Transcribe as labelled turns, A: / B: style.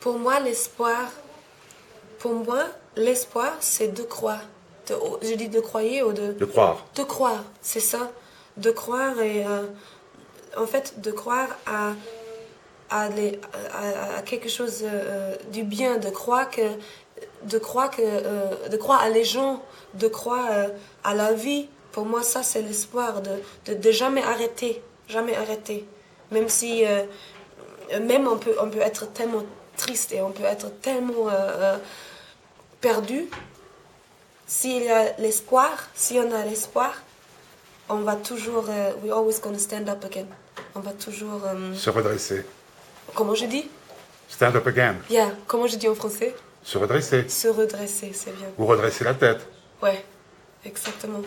A: Pour moi, l'espoir, pour moi, l'espoir, c'est de croire. De- oh, je dis de croire ou de...
B: De croire.
A: De croire, c'est ça. De croire et... euh, en fait, de croire à, à, les- à- à- à quelque chose euh, du bien, de croire que... De croire, que, euh, de croire à les gens, de croire euh, à la vie. Pour moi, ça, c'est l'espoir, de, de, de jamais arrêter. Jamais arrêter. Même si... euh, même on peut, on peut être tellement triste et on peut être tellement euh, euh, perdu. S'il y a l'espoir, si on a l'espoir, on va toujours, euh, we always gonna stand up again. On va toujours, euh,
B: Se redresser.
A: comment je dis
B: Stand up again.
A: Yeah, comment je dis en français
B: Se redresser.
A: Se redresser, c'est bien.
B: Ou redresser la tête.
A: Ouais, exactement.